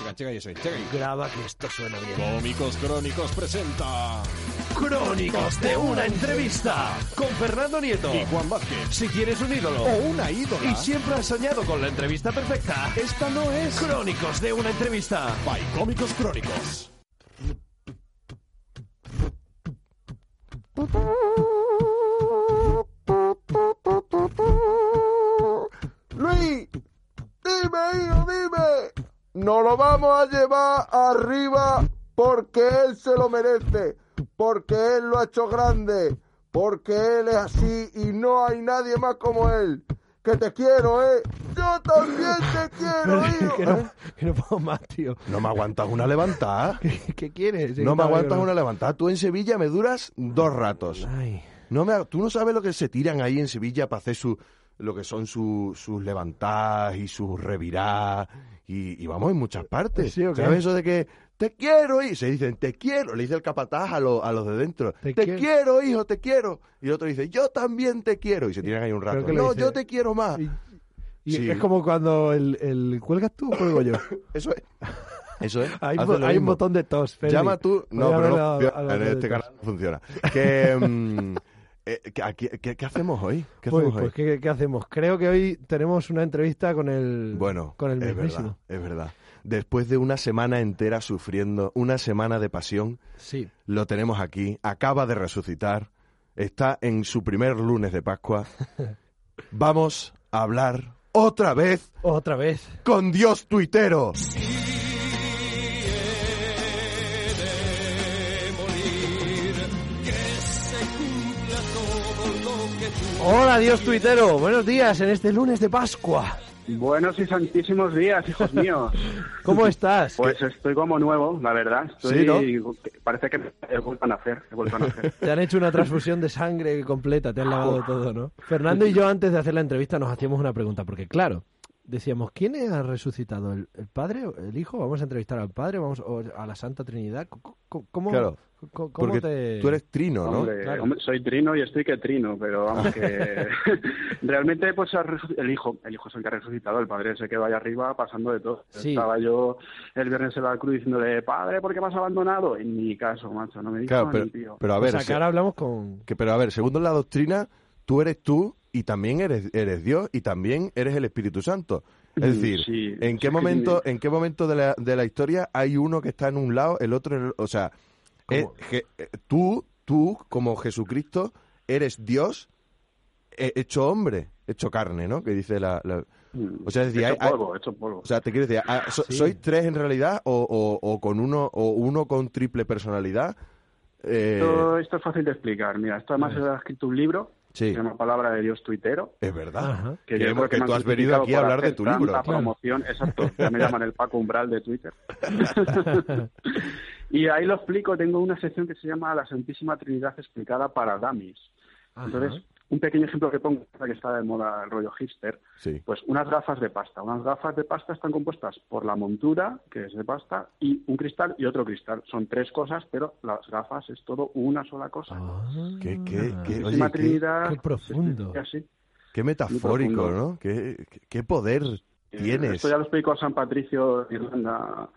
Llega, llega, yo soy. Llega ahí. Graba que esto suena bien. Cómicos Crónicos presenta. Crónicos de una entrevista con Fernando Nieto. Y Juan Vázquez. Si quieres un ídolo O una ídola. y siempre has soñado con la entrevista perfecta, Esta no es. Crónicos de una entrevista. By Cómicos Crónicos. Luis, dime, hijo, dime. No lo vamos a llevar arriba porque él se lo merece, porque él lo ha hecho grande, porque él es así y no hay nadie más como él. Que te quiero, ¿eh? Yo también te quiero, hijo. que, no, que no puedo más, tío. No me aguantas una levantada. ¿Qué, qué quieres? No me aguantas una levantada. Tú en Sevilla me duras dos ratos. Ay. No me, tú no sabes lo que se tiran ahí en Sevilla para hacer su, lo que son su- sus levantadas y sus revirás. Y, y vamos en muchas partes. ¿Sí o qué? ¿Sabes eso de que te quiero? Y se dicen, te quiero. Le dice el capataz a, lo- a los de dentro. Te Te, quiero". quiero. hijo, te quiero. Y el otro dice, yo también te quiero. Y se tiran ahí un rato. que le No, dice- yo te quiero más. Y, y Sí. es como cuando el, el- cuelgas tú o cuelgo yo. Eso es. Eso es. Hay, Hace bo- lo hay un mismo. botón de tos. Félix. Llama tú. No, Voy a pero no ver a- funciona. a los en de este tos. canal no funciona. Que, mm, eh, que aquí- ¿qué, qué hacemos hoy? ¿Qué Pues, hacemos hoy? pues, ¿qué, qué hacemos? Creo que hoy tenemos una entrevista con el, Bueno, con el es mismísimo. verdad, es verdad. Después de una semana entera sufriendo, una semana de pasión, Sí. lo tenemos aquí, acaba de resucitar, está en su primer lunes de Pascua. Vamos a hablar otra vez Otra vez. con Dios tuitero. Hola, Dios tuitero. Buenos días en este lunes de Pascua. Buenos y santísimos días, hijos míos. ¿Cómo estás? Pues estoy como nuevo, la verdad. Estoy, Sí, Parece que he vuelto a nacer, he vuelto a nacer. Te han hecho una transfusión de sangre completa, te han lavado Pues, todo, ¿no? Fernando y yo antes de hacer la entrevista nos hacíamos una pregunta, porque claro, decíamos, ¿quién ha resucitado? ¿El, el padre? o ¿El hijo? ¿Vamos a entrevistar al padre? ¿Vamos o a la Santa Trinidad? Co- co- ¿Cómo, Claro, co- cómo Porque te...? tú eres trino, ¿no? Hombre, Claro. hombre, soy trino y estoy que trino, pero vamos que realmente pues ha resu- el hijo, el hijo es el que ha resucitado, el padre se quedó ahí arriba pasando de todo. Sí. Estaba yo el viernes en la cruz diciéndole, padre, ¿por qué me has abandonado? En mi caso, macho, no me dijo Claro, ni pero, tío. pero a O ver, sea, que se- ahora hablamos con... que- pero a ver, según la doctrina, tú eres tú y también eres, eres Dios y también eres el Espíritu Santo. Es Mm, decir, sí, ¿en qué es que momento, tiene- en qué momento de la, de la historia hay uno que está en un lado, el otro en el O sea, ¿Cómo? eh, je- eh, tú, tú, como Jesucristo, eres Dios eh, hecho hombre, hecho carne, ¿no? Que dice la... la- Mm, o sea, es decir, hecho hay- hay- polvo, hecho polvo. o sea, te quiero decir, ah, so- Sí. ¿sois tres en realidad o, o- o con uno o uno con triple personalidad? Eh, Esto, esto es fácil de explicar. Mira, esto además ha escrito un libro, Sí. se llama Palabra de Dios Tuitero. es verdad. Ajá. Que, Que yo hemos- creo que me tú han has venido aquí a criticado hablar por de tu hacer libro. tanta Claro. promoción, exacto. Ya me llaman el Paco Umbral de Twitter. y ahí lo explico. Tengo una sección que se llama La Santísima Trinidad explicada para dummies. Ajá. Entonces, un pequeño ejemplo que pongo, ahora que está de moda el rollo hipster, Sí. pues unas gafas de pasta. Unas gafas de pasta están compuestas por la montura, que es de pasta, y un cristal y otro cristal. Son tres cosas, pero las gafas es todo una sola cosa. Ah. Qué- qué- qué- La oye, Santísima Trinidad qué se profundo. explica así. Qué metafórico, profundo. ¿no? Qué, qué- qué poder Eh, tienes. Esto ya lo explicó a San Patricio de Irlanda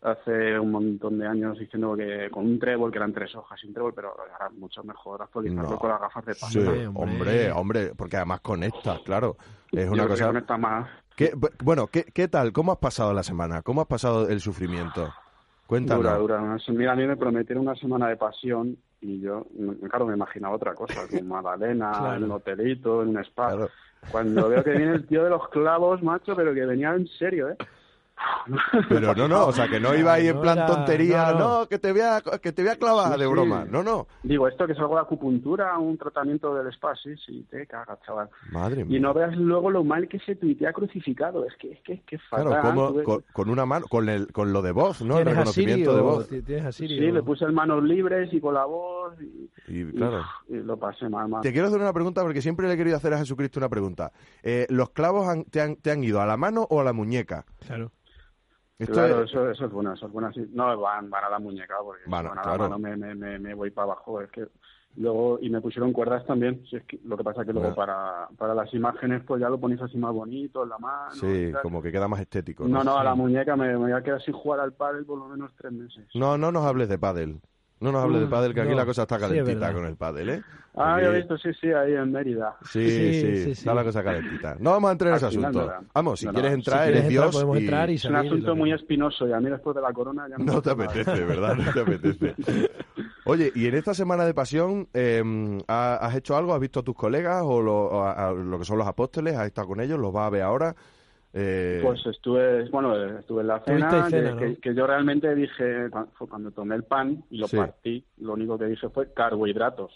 hace un montón de años diciendo que con un trébol, que eran tres hojas y un trébol, pero era mucho mejor actualizarlo No. con las gafas de pasta. Sí, Yo hombre, hombre, hombre. hombre, porque además conectas, claro. Es creo una que cosa. conecta más. ¿Qué- bu- bueno, ¿qué, qué tal? ¿Cómo has pasado la semana? ¿Cómo has pasado el sufrimiento? Cuéntanos. Dura, dura. Una se- Mira, a mí me prometieron una semana de pasión y yo, mm, claro, me imaginaba otra cosa, con Magdalena, Claro. en un hotelito, en un spa. Claro. Cuando veo que viene el tío de los clavos, macho, pero que venía en serio, ¿eh? Pero no, no, o sea, que no iba ahí en No plan era- tontería, no, no, no. que te voy a, que te voy a clavar Sí, de sí. broma. No, no. Digo, esto que es algo de acupuntura, un tratamiento del spa, sí, sí, te cagas, chaval. Madre mía. Y no veas luego lo mal que se tuitea crucificado. Es que es que, es que es fatal. claro, como- Tú ves- con, con una mano, con, el, con lo de voz, ¿no? El ¿Tienes a reconocimiento Sirio? de voz. Ti- ¿Tienes a Sí, Sirio? le puse en manos libres y con la voz. Y, Y y- claro. y lo pasé mal, mal. Te quiero hacer una pregunta porque siempre le he querido hacer a Jesucristo una pregunta. Eh, ¿Los clavos han- te, han, te han ido a la mano o a la muñeca? Claro. Esto Claro, es- eso, eso es bueno, eso es bueno. sí. No, van, van a la muñeca porque Van a- van a la claro. mano, me, me, me, me voy para abajo. Es que Luego, y me pusieron cuerdas también. Si es que, lo que pasa es que luego Bueno. para, para las imágenes, pues ya lo ponéis así más bonito, en la mano. Sí, y tal. como que queda más estético. No, no, a la Sí. muñeca me, me voy a quedar sin jugar al pádel por lo menos tres meses. No, no nos hables de pádel. No nos hables de pádel, que aquí Mm, no. la cosa está Sí, es calentita verdad. con el pádel, ¿eh? Ah, Aquí- yo he visto, sí, sí, ahí en Mérida. Sí, sí, Sí, sí, sí. está la cosa calentita. No vamos a entrar en ese Al final asunto. nada. Vamos, si No, no. quieres Si entrar, quieres Ah, eres entrar, Dios podemos y- entrar y Es un salir y lo asunto que- muy espinoso y a mí después de la corona ya No te me gusta nada. apetece, ¿verdad? No te apetece. Oye, y en esta semana de pasión, eh, ¿ha- ¿has hecho algo? ¿Has visto a tus colegas o, lo, o a- a lo que son los apóstoles? ¿Has estado con ellos? ¿Los vas a ver ahora? Eh, Pues estuve, bueno, eh, estuve en la cena, Tuvisteis cena, que, ¿no? que- que yo realmente dije, cu- fue cuando tomé el pan y lo Sí. partí, lo único que dije fue carbohidratos.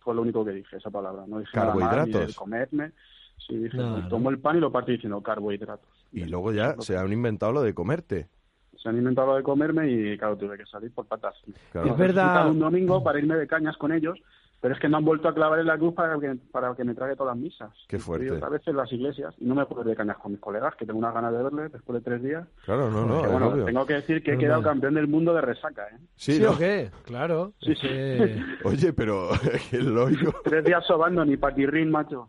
Fue lo único que dije, esa palabra. No dije nada más, ni Carbohidratos. del comerme. Sí, dije, Nada, pues, ¿no? tomo el pan y lo partí diciendo carbohidratos. y luego ya pues, se han inventado lo de comerte. Se han inventado de comerme y, claro, tuve que salir por patas. Claro. Es verdad. He quitado Un domingo para irme de cañas con ellos, pero es que me han vuelto a clavar en la cruz para que, para que me trague todas las misas. Qué fuerte. Y otra vez en las iglesias y no me puedo ir de cañas con mis colegas, que tengo unas ganas de verles después de tres días. Claro, no, no, Que es Pues, bueno, obvio. tengo que decir que he Normal. quedado campeón del mundo de resaca, ¿eh? Sí, ¿Sí no. o qué? Claro. Sí, es sí. que- Oye, pero es lógico. Tres días sobando, ni patirrín, macho.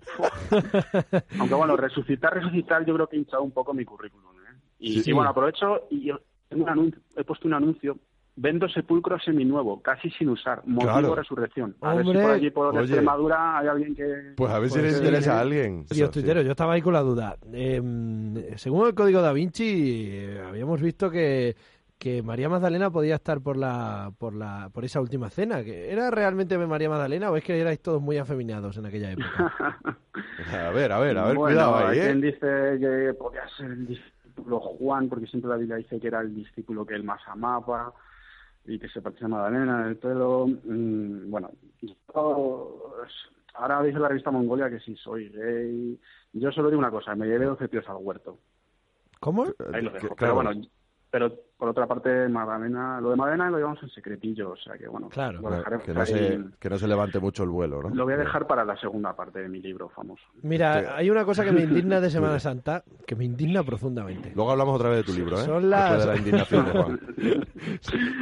Aunque bueno, resucitar, resucitar, yo creo que he hinchado un poco mi currículum, ¿eh? Y, Sí. y, bueno, aprovecho y yo tengo un anuncio, he puesto un anuncio. Vendo sepulcro seminuevo, casi sin usar, motivo Claro. resurrección. A ver Hombre. si por allí, por Oye. Extremadura, hay alguien que... Pues a ver si Pues le sí. interesa a alguien. Y Eso, os tuiteros, yo estaba ahí con la duda. Eh, según el código da Vinci, eh, habíamos visto que, que María Magdalena podía estar por la, por la por esa última cena. que ¿Era realmente María Magdalena o es que erais todos muy afeminados en aquella época? sí. A ver, a ver, a ver, Bueno, cuidado ahí, hay ¿eh? quien dice que podía ser el discípulo Juan, porque siempre la Biblia dice que era el discípulo que él más amaba y que se parecía a Magdalena en el pelo. Mm, bueno, yo- ahora dice la revista Mongolia que sí soy gay. Yo solo digo una cosa, me llevé 12 tíos al huerto. ¿Cómo? Ahí lo dejo. Eh, Que- Pero claro. bueno, pero por otra parte, Magdalena, lo de Magdalena lo llevamos en secretillo, o sea que bueno, Claro, lo, dejaremos que no, ahí. se, que no se levante mucho el vuelo, ¿no? Lo voy a dejar para la segunda parte de mi libro famoso. Mira, Hostia. hay una cosa que me indigna de Semana Santa, que me indigna profundamente. Luego hablamos otra vez de tu libro, ¿eh? Son las- Después de la indignación de Juan.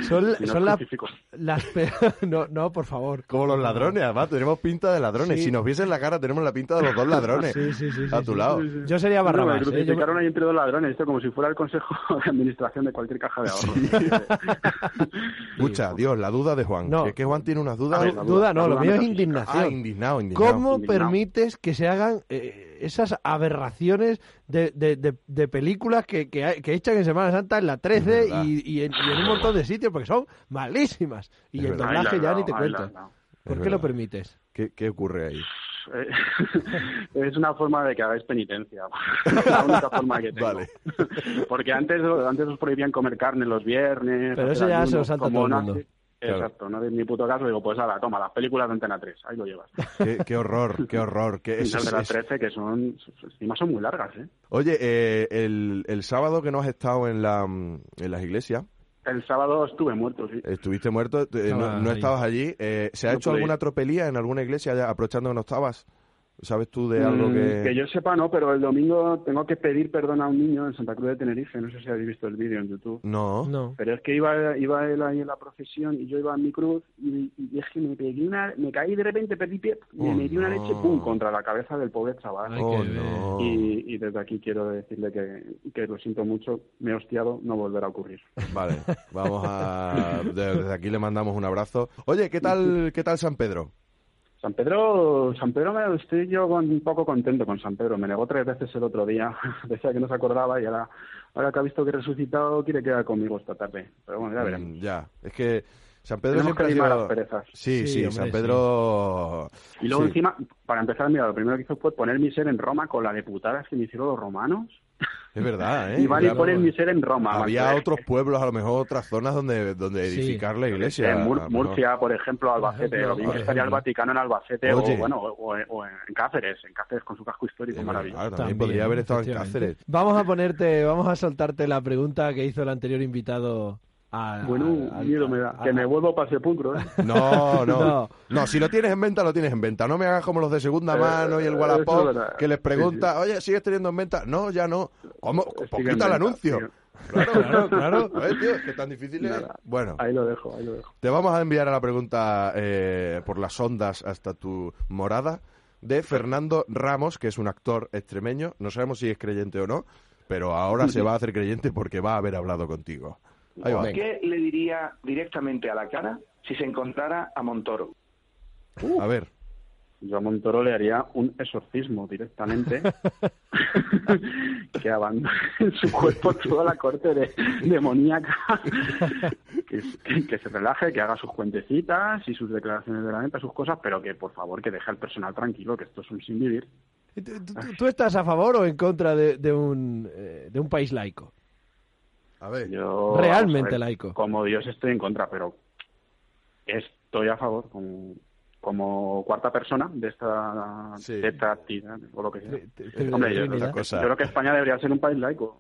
Son, la- Si no son la- crucifico. las... pe- no, no, por favor. Como los ladrones, además, tenemos pinta de ladrones. Sí. Si nos viesen la cara, tenemos la pinta de los dos ladrones. Sí, sí, sí, a sí, tu sí. lado. Yo sería No, me Barrabás. ¿eh? Yo me- crucificaron ahí entre dos ladrones, esto como si fuera el consejo de administración de cualquier caja de ahorro. Escucha, Dios, la duda de Juan. No. Que es que Juan tiene unas dudas. A ver, duda, la no, lo duda mío es metafísica. ah, indignación. indignado, indignado. ¿Cómo Indignado. permites que se hagan eh, esas aberraciones de, de- de- de películas que, que, hay- que echan en Semana Santa en la 13 Es verdad. y, y en, y en un montón de sitios? Porque son malísimas. Y Es el verdad. Ahí la doblaje has ya dado, ni te ahí la cuento. has dado. ¿Por qué verdad. lo permites? ¿Qué, qué ocurre ahí? Eh, es una forma de que hagáis penitencia. la única forma que tengo. Vale. Porque antes, antes os prohibían comer carne los viernes. Pero hacer eso ya se lo ayunos, salta como todo el no mundo. hace- Claro. Exacto, no de mi puto caso, digo, pues nada, toma, las películas de Antena 3, ahí lo llevas. Qué, qué horror, qué horror. Qué, Y eso las es- de las es- 13, que son, encima son muy largas, ¿eh? Oye, eh, el, el sábado que no has estado en, la, mm, en las iglesias, El sábado estuve muerto, sí. estuviste muerto, eh, no, Estaba no ahí. estabas allí. eh, ¿Se ha No hecho pude alguna ir. tropelía en alguna iglesia ya, aprovechando que no estabas? ¿Sabes tú de algo Mm, que...? yo sepa no, pero el domingo tengo que pedir perdón a un niño en Santa Cruz de Tenerife. No sé si habéis visto el vídeo en YouTube. No. No. Pero es que iba, iba él ahí en la procesión y yo iba en mi cruz y, y es que me pegué una, me caí de repente, perdí pie, me Oh, metí una no. leche, pum, contra la cabeza del pobre chaval. Ay, Oh, que ver. no. Y, y desde aquí quiero decirle que, que lo siento mucho, me he hostiado, no volverá a ocurrir. Vale, vamos a... de- Desde aquí le mandamos un abrazo. Oye, ¿qué tal, qué tal San Pedro? San Pedro, San Pedro me estoy yo con- un poco contento con San Pedro. Me negó tres veces el otro día, decía que no se acordaba y ahora, ahora que ha visto que he resucitado quiere quedar conmigo esta tarde. Pero bueno, ya veremos. Mm, ya, es que San Pedro Tenemos que siempre ha limar sido- las perezas. Sí, sí, Sí, hombre, San sí. Pedro... Y luego Sí. encima, para empezar, mira, lo primero que hizo fue poner mi ser en Roma con la de putadas que me hicieron los romanos. Es verdad, ¿eh? y van y Ya- ponen mi ser en Roma. Había macho. otros pueblos, a lo mejor otras zonas donde, donde Sí. edificar la ¿eh? En iglesia. Mur- a lo mejor. Murcia, por ejemplo, Albacete. ejemplo, Lo mismo por estaría el ejemplo. Vaticano en Albacete o, Oye. Eh, bueno, o, o en Cáceres. En Cáceres con su casco Es histórico verdad, maravilloso. también, podría haber estado en efectivamente. Cáceres. Vamos a ponerte, vamos a soltarte la pregunta que hizo el anterior invitado. a- Bueno, al- miedo me da. a- Que me vuelvo para el sepulcro. ¿eh? No, no, no. No. si lo tienes en venta, lo tienes en venta. No me hagas como los de segunda Eh, mano y el eso es Wallapop verdad. que les Sí, Eh, pregunta, oye, ¿sigues teniendo en venta? No, ya no. ¿Cómo? Sigue en Pues quita el venta, anuncio. sigue. Claro, Claro, claro. Eh, tío, que tan difícil es. Nada. Bueno, Ahí lo dejo, ahí lo dejo. te vamos a enviar a la pregunta eh, por las ondas hasta tu morada de Fernando Ramos, que es un actor extremeño. No sabemos si es creyente o no, pero ahora se va a hacer creyente porque va a haber hablado contigo. Ahí va. ¿Qué le diría directamente a la cara si se encontrara a Montoro? A ver. Yo a Montoro le haría un exorcismo directamente, que abandone en su cuerpo toda la corte de, demoníaca, que, que- que se relaje, que haga sus cuentecitas y sus declaraciones de la neta, sus cosas, pero que por favor que deje al personal tranquilo, que esto es un sin vivir. ¿Tú, tú- tú- tú estás a favor o en contra de, de un, eh, de un país laico? A ver. Yo, Realmente vamos a ver, laico. Como Dios estoy en contra, pero estoy a favor como, como cuarta persona de esta, Sí. de esta actividad o lo que sea. Tri- tri- tri- Hombre, yo, Trinidad. otra cosa. yo creo que España debería ser un país laico.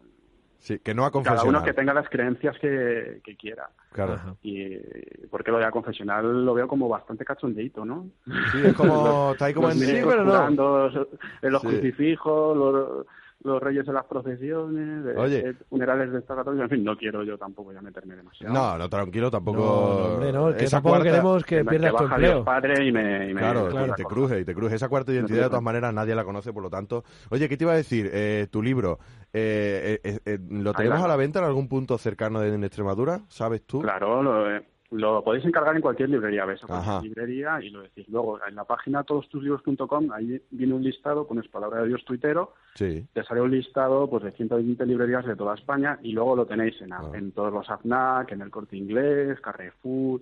Sí, que no ha Cada uno confesional. que tenga las creencias que, que quiera. Claro. Ajá. Y eh, porque lo de la confesional lo veo como bastante cachondeito, ¿no? Sí, es como. Está ahí como los en. Sí, milicos pero no. jurando, so- eh, los Sí. crucifijos, los, los reyes de las procesiones, eh, Oye. eh, funerales de esta católica, en fin, no quiero yo tampoco ya meterme demasiado. No, no, tranquilo, tampoco. No, no, hombre, no, que Esa tampoco cuarta- queremos En que la pierdas tu baja Dios empleo. padre y me... y me- Claro, otra te cosa. cruje, y te cruje. Esa cuarta identidad, de todas maneras, nadie la conoce, por lo tanto. Oye, ¿qué te iba a decir? Eh, tu libro, eh, eh, eh, ¿lo Ahí tenemos va. a la venta en algún punto cercano de en Extremadura? ¿Sabes tú? Claro, lo, eh, lo podéis encargar en cualquier librería, ves, a cualquier Ajá. librería y lo decís. Luego, en la página todostuslibros.com, ahí viene un listado, pones palabra de Dios tuitero, Sí. te sale un listado pues de 120 librerías de toda España y luego lo tenéis en, a- Claro. en todos los AFNAC, en el Corte Inglés, Carrefour,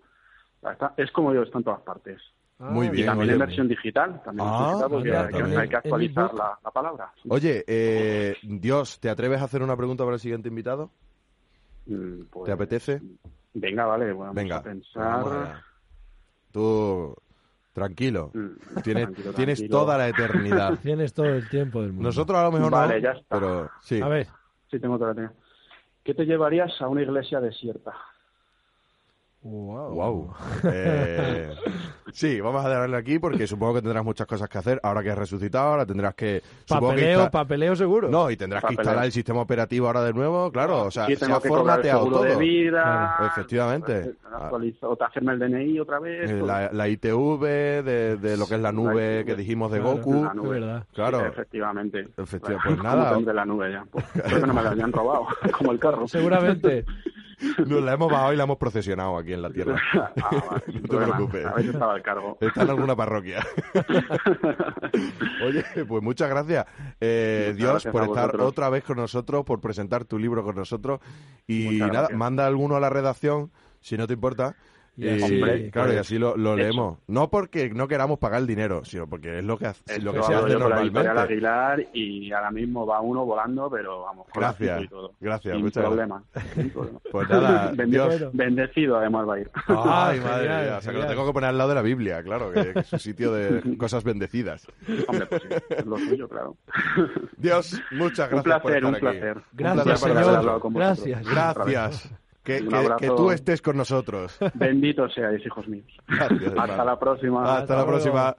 ahí está. es como yo, está en todas partes. Ah, Muy Y bien, también oye. pues. en versión digital, también en Ah, digital, porque anda, hay que- también. hay que En actualizar ebook. la, la palabra. Oye, eh, Dios, ¿te atreves a hacer una pregunta para el siguiente invitado? Mm, pues- ¿Te apetece? Venga, vale, vamos Venga. a pensar. vamos allá. Tú, tranquilo. Mm, Tienes, tranquilo, tienes tranquilo. toda la eternidad. Tienes todo el tiempo del mundo. Nosotros a lo mejor Vale, no, ya está. pero sí. A ver, Sí, tengo otra tarea. ¿Qué te llevarías a una iglesia desierta? wow. Wow. Eh, sí, vamos a dejarlo aquí porque supongo que tendrás muchas cosas que hacer ahora que has resucitado, ahora tendrás que supongo que Papeleo, insta- papeleo seguro. no, y tendrás que Papeleo. instalar el sistema operativo ahora de nuevo, claro, o sea, Sí, tengo sea que cobrar el fórmate a seguro todo. de vida. Pues, eh, Claro. Efectivamente. Ah. Actualizo, o hacerme el DNI otra vez. pues, Eh, o- La, la ITV de, de lo que es la nube ITV. que dijimos de Claro, Goku. la nube. es verdad. Claro. Efectivamente. Efectiva- Bueno, pues ¿cómo nada. tendré la nube ya. Pues, creo que no me la habían robado, como el carro. Seguramente. Nos la hemos bajado y la hemos procesionado aquí en la Tierra. Ah, vale, No sin te problema. preocupes. Eh, A veces estaba al cargo. Está en alguna parroquia. Oye, pues muchas gracias, eh, Muchas Dios, gracias por a estar vosotros. otra vez con nosotros, por presentar tu libro con nosotros. Y Muchas nada, gracias. manda alguno a la redacción, si no te importa. Y Y, así- Hombre, claro, pues, y así lo, lo hecho. leemos. No porque no queramos pagar el dinero, sino porque es lo que, hace- lo que Esto se hablo hace yo con la editorial normalmente. Aguilar y ahora mismo va uno volando, pero vamos, con Gracias, actitud y todo. gracias, Sin muchas problema, sin problema. Pues nada, Bendecido, Dios. bendecido además va a ir. Ay, Ah, madre genial, mía, o sea, que lo genial. tengo que poner al lado de la Biblia, claro, que, que es un sitio de cosas bendecidas. Hombre, pues sí, es lo suyo, claro. Dios, muchas gracias un por placer, estar un aquí. placer. Gracias, Un placer para señor. nosotros. con vosotros. Gracias. Gracias. Que, Un que- abrazo. que tú estés con nosotros. Bendito seáis, hijos míos. Gracias, hermano. Hasta la próxima. Hasta la luego. próxima.